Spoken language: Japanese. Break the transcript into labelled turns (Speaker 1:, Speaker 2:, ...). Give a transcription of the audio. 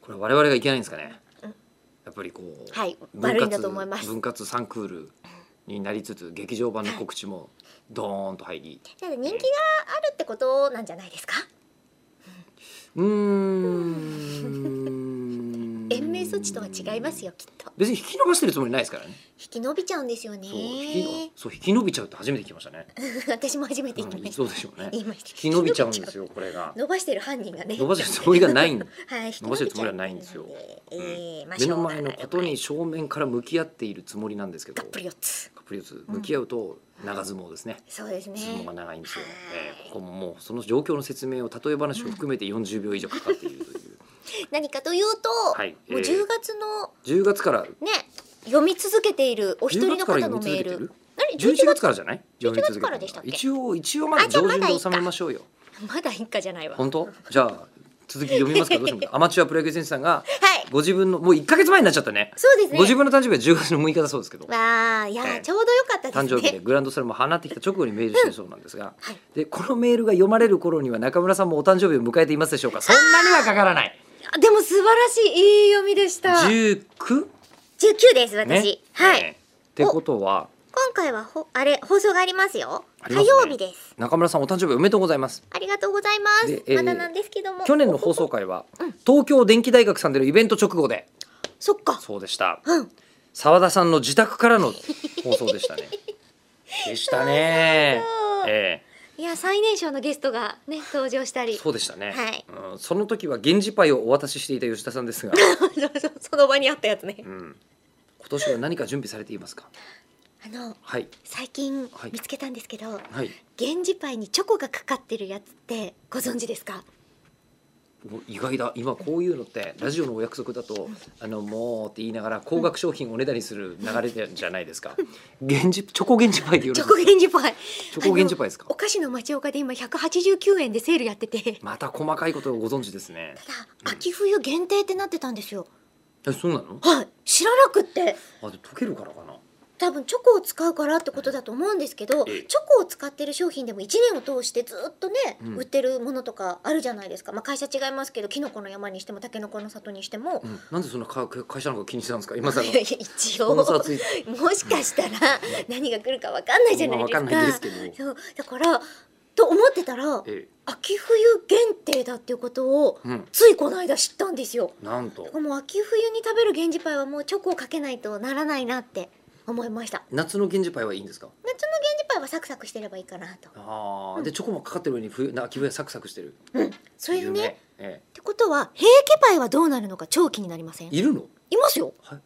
Speaker 1: これ我々がいけないんですかねやっぱりこう、
Speaker 2: はい
Speaker 1: 分割
Speaker 2: 悪いんだと思います
Speaker 1: 分割3クールになりつつ劇場版の告知もドーンと入り
Speaker 2: ただ人気があるってことなんじゃないですか
Speaker 1: うーん
Speaker 2: 延命措置とは違いますよきっと
Speaker 1: 別に引き伸ばしてるつもりないですからね
Speaker 2: 引き伸びちゃうんですよね
Speaker 1: そう引きそう引き伸びちゃうって初めて聞きましたね
Speaker 2: 私も初めて言い
Speaker 1: うん
Speaker 2: まし
Speaker 1: そうでしょう ね
Speaker 2: た言いま
Speaker 1: 引
Speaker 2: した
Speaker 1: き伸びちゃうんですよこれが
Speaker 2: 伸ばしてる犯人がね
Speaker 1: 伸ばしてるつもりがないん
Speaker 2: はい、
Speaker 1: 伸ばしてるつもりはないんですよ
Speaker 2: えーまあ
Speaker 1: 目の前のことに
Speaker 2: し
Speaker 1: 正面から向き合っているつもりなんですけ
Speaker 2: ょうがないが
Speaker 1: ど
Speaker 2: っぷり四つ
Speaker 1: カプリウス向き合うと長相撲ですね、
Speaker 2: そうですね
Speaker 1: 相撲が長いんですよ、
Speaker 2: はい
Speaker 1: えーここももうその状況の説明を例え話を含めて40秒以上かかっているという
Speaker 2: 何かというと、
Speaker 1: はい
Speaker 2: もう
Speaker 1: えー
Speaker 2: 10月の
Speaker 1: 10月から
Speaker 2: ね読み続けているお一人
Speaker 1: 10
Speaker 2: の
Speaker 1: 月から
Speaker 2: 方の
Speaker 1: 読み続けて
Speaker 2: メール
Speaker 1: る
Speaker 2: あれ
Speaker 1: 11月
Speaker 2: 11月
Speaker 1: からじゃない読み続けてるの
Speaker 2: 11月からでしたっけ
Speaker 1: 一応一応まだ
Speaker 2: あじゃあ
Speaker 1: 上
Speaker 2: まだ
Speaker 1: 旬
Speaker 2: いい
Speaker 1: で
Speaker 2: か
Speaker 1: 収めましょうよ
Speaker 2: まだ一家じゃないわはい
Speaker 1: 本当じゃあ続き読みますかどうしても アマチュアプロ野球選手さんがご自分のもう1か月前になっちゃったね
Speaker 2: そうですね
Speaker 1: ご自分の誕生日は10月の6日だそうですけど
Speaker 2: わあいやー、
Speaker 1: ええ
Speaker 2: ちょうどよかった
Speaker 1: 誕
Speaker 2: です
Speaker 1: 生
Speaker 2: ね
Speaker 1: 日でグランドスラムを放ってきた直後にメールしてるそうなんですが、
Speaker 2: はい
Speaker 1: でこのメールが読まれる頃には中村さんもお誕生日を迎えていますでしょうかそんなにはかからない
Speaker 2: あでも素晴らしいいい読みでした19
Speaker 1: 19
Speaker 2: です私、
Speaker 1: ね
Speaker 2: はい、
Speaker 1: ええってことは
Speaker 2: 今回はほあれ放送がありますよ
Speaker 1: あり
Speaker 2: 火
Speaker 1: ますね
Speaker 2: 曜日です
Speaker 1: 中村さんお誕生日おめでとうございます
Speaker 2: ありがとうございます、
Speaker 1: でえー
Speaker 2: まだなんですけども
Speaker 1: 去年の放送会は東京電機大学さんでのイベント直後で
Speaker 2: そっか
Speaker 1: そうでした
Speaker 2: うん
Speaker 1: 澤田さんの自宅から の放送でしたねでしたね
Speaker 2: そう
Speaker 1: え
Speaker 2: いや最年少のゲストがね登場した
Speaker 1: え
Speaker 2: り
Speaker 1: そうでしたね、
Speaker 2: はい
Speaker 1: うん、その時は源氏パイをお渡ししていた吉田さんですが、
Speaker 2: そその場にあったやつね、
Speaker 1: うん、今年は何か準備されていますか
Speaker 2: あの
Speaker 1: はい
Speaker 2: 最近
Speaker 1: はい
Speaker 2: 見つけたんですけど、
Speaker 1: はい
Speaker 2: 源氏パイにチョコがかかってるやつってご存知ですか
Speaker 1: お意外だ今こういうのってラジオのお約束だと「あのもう」って言いながら高額商品をおねだりする流れじゃないですか源氏チョコ源氏パイって言う
Speaker 2: チ
Speaker 1: の
Speaker 2: ョコ源氏パイ
Speaker 1: チョコ源氏パイですか
Speaker 2: あのお菓子の町岡で今189円でセールやってて
Speaker 1: また細かいことをご存知ですね
Speaker 2: ただ秋冬限定ってなってたんですよ、
Speaker 1: えそうなの
Speaker 2: はい知らなくって
Speaker 1: あで溶けるからかな
Speaker 2: 多分チョコを使うからってことだと思うんですけど、
Speaker 1: ええ
Speaker 2: チョコを使ってる商品でも1年を通してずっとね、
Speaker 1: うん
Speaker 2: 売ってるものとかあるじゃないですか、まあ、会社違いますけどキノコの山にしてもタケノコの里にしても、
Speaker 1: うん、なんでそんなか会社なんか気にしてたんですか今さ
Speaker 2: いやいや 一応
Speaker 1: この
Speaker 2: も
Speaker 1: 差ついて
Speaker 2: しかしたら何が来るかわかんないじゃないですか,、
Speaker 1: まあわかんないですけど
Speaker 2: そうだからと思ってたら
Speaker 1: え
Speaker 2: 秋冬限定だっていうことを
Speaker 1: えうん
Speaker 2: ついこの間知ったんですよ。
Speaker 1: なんと
Speaker 2: もう秋冬に食べる源氏パイはもうチョコをかけないとならないなって思いました。
Speaker 1: 夏の源氏パイはいいんですか
Speaker 2: 夏の源氏パイはサクサクしてればいいかなと。
Speaker 1: ああ、でチョコもかかってる上に冬な秋冬はサクサクしてる
Speaker 2: それでね。
Speaker 1: え
Speaker 2: ってことは平家パイはどうなるのか超気になりません
Speaker 1: え
Speaker 2: い
Speaker 1: いるの
Speaker 2: ますよ
Speaker 1: はい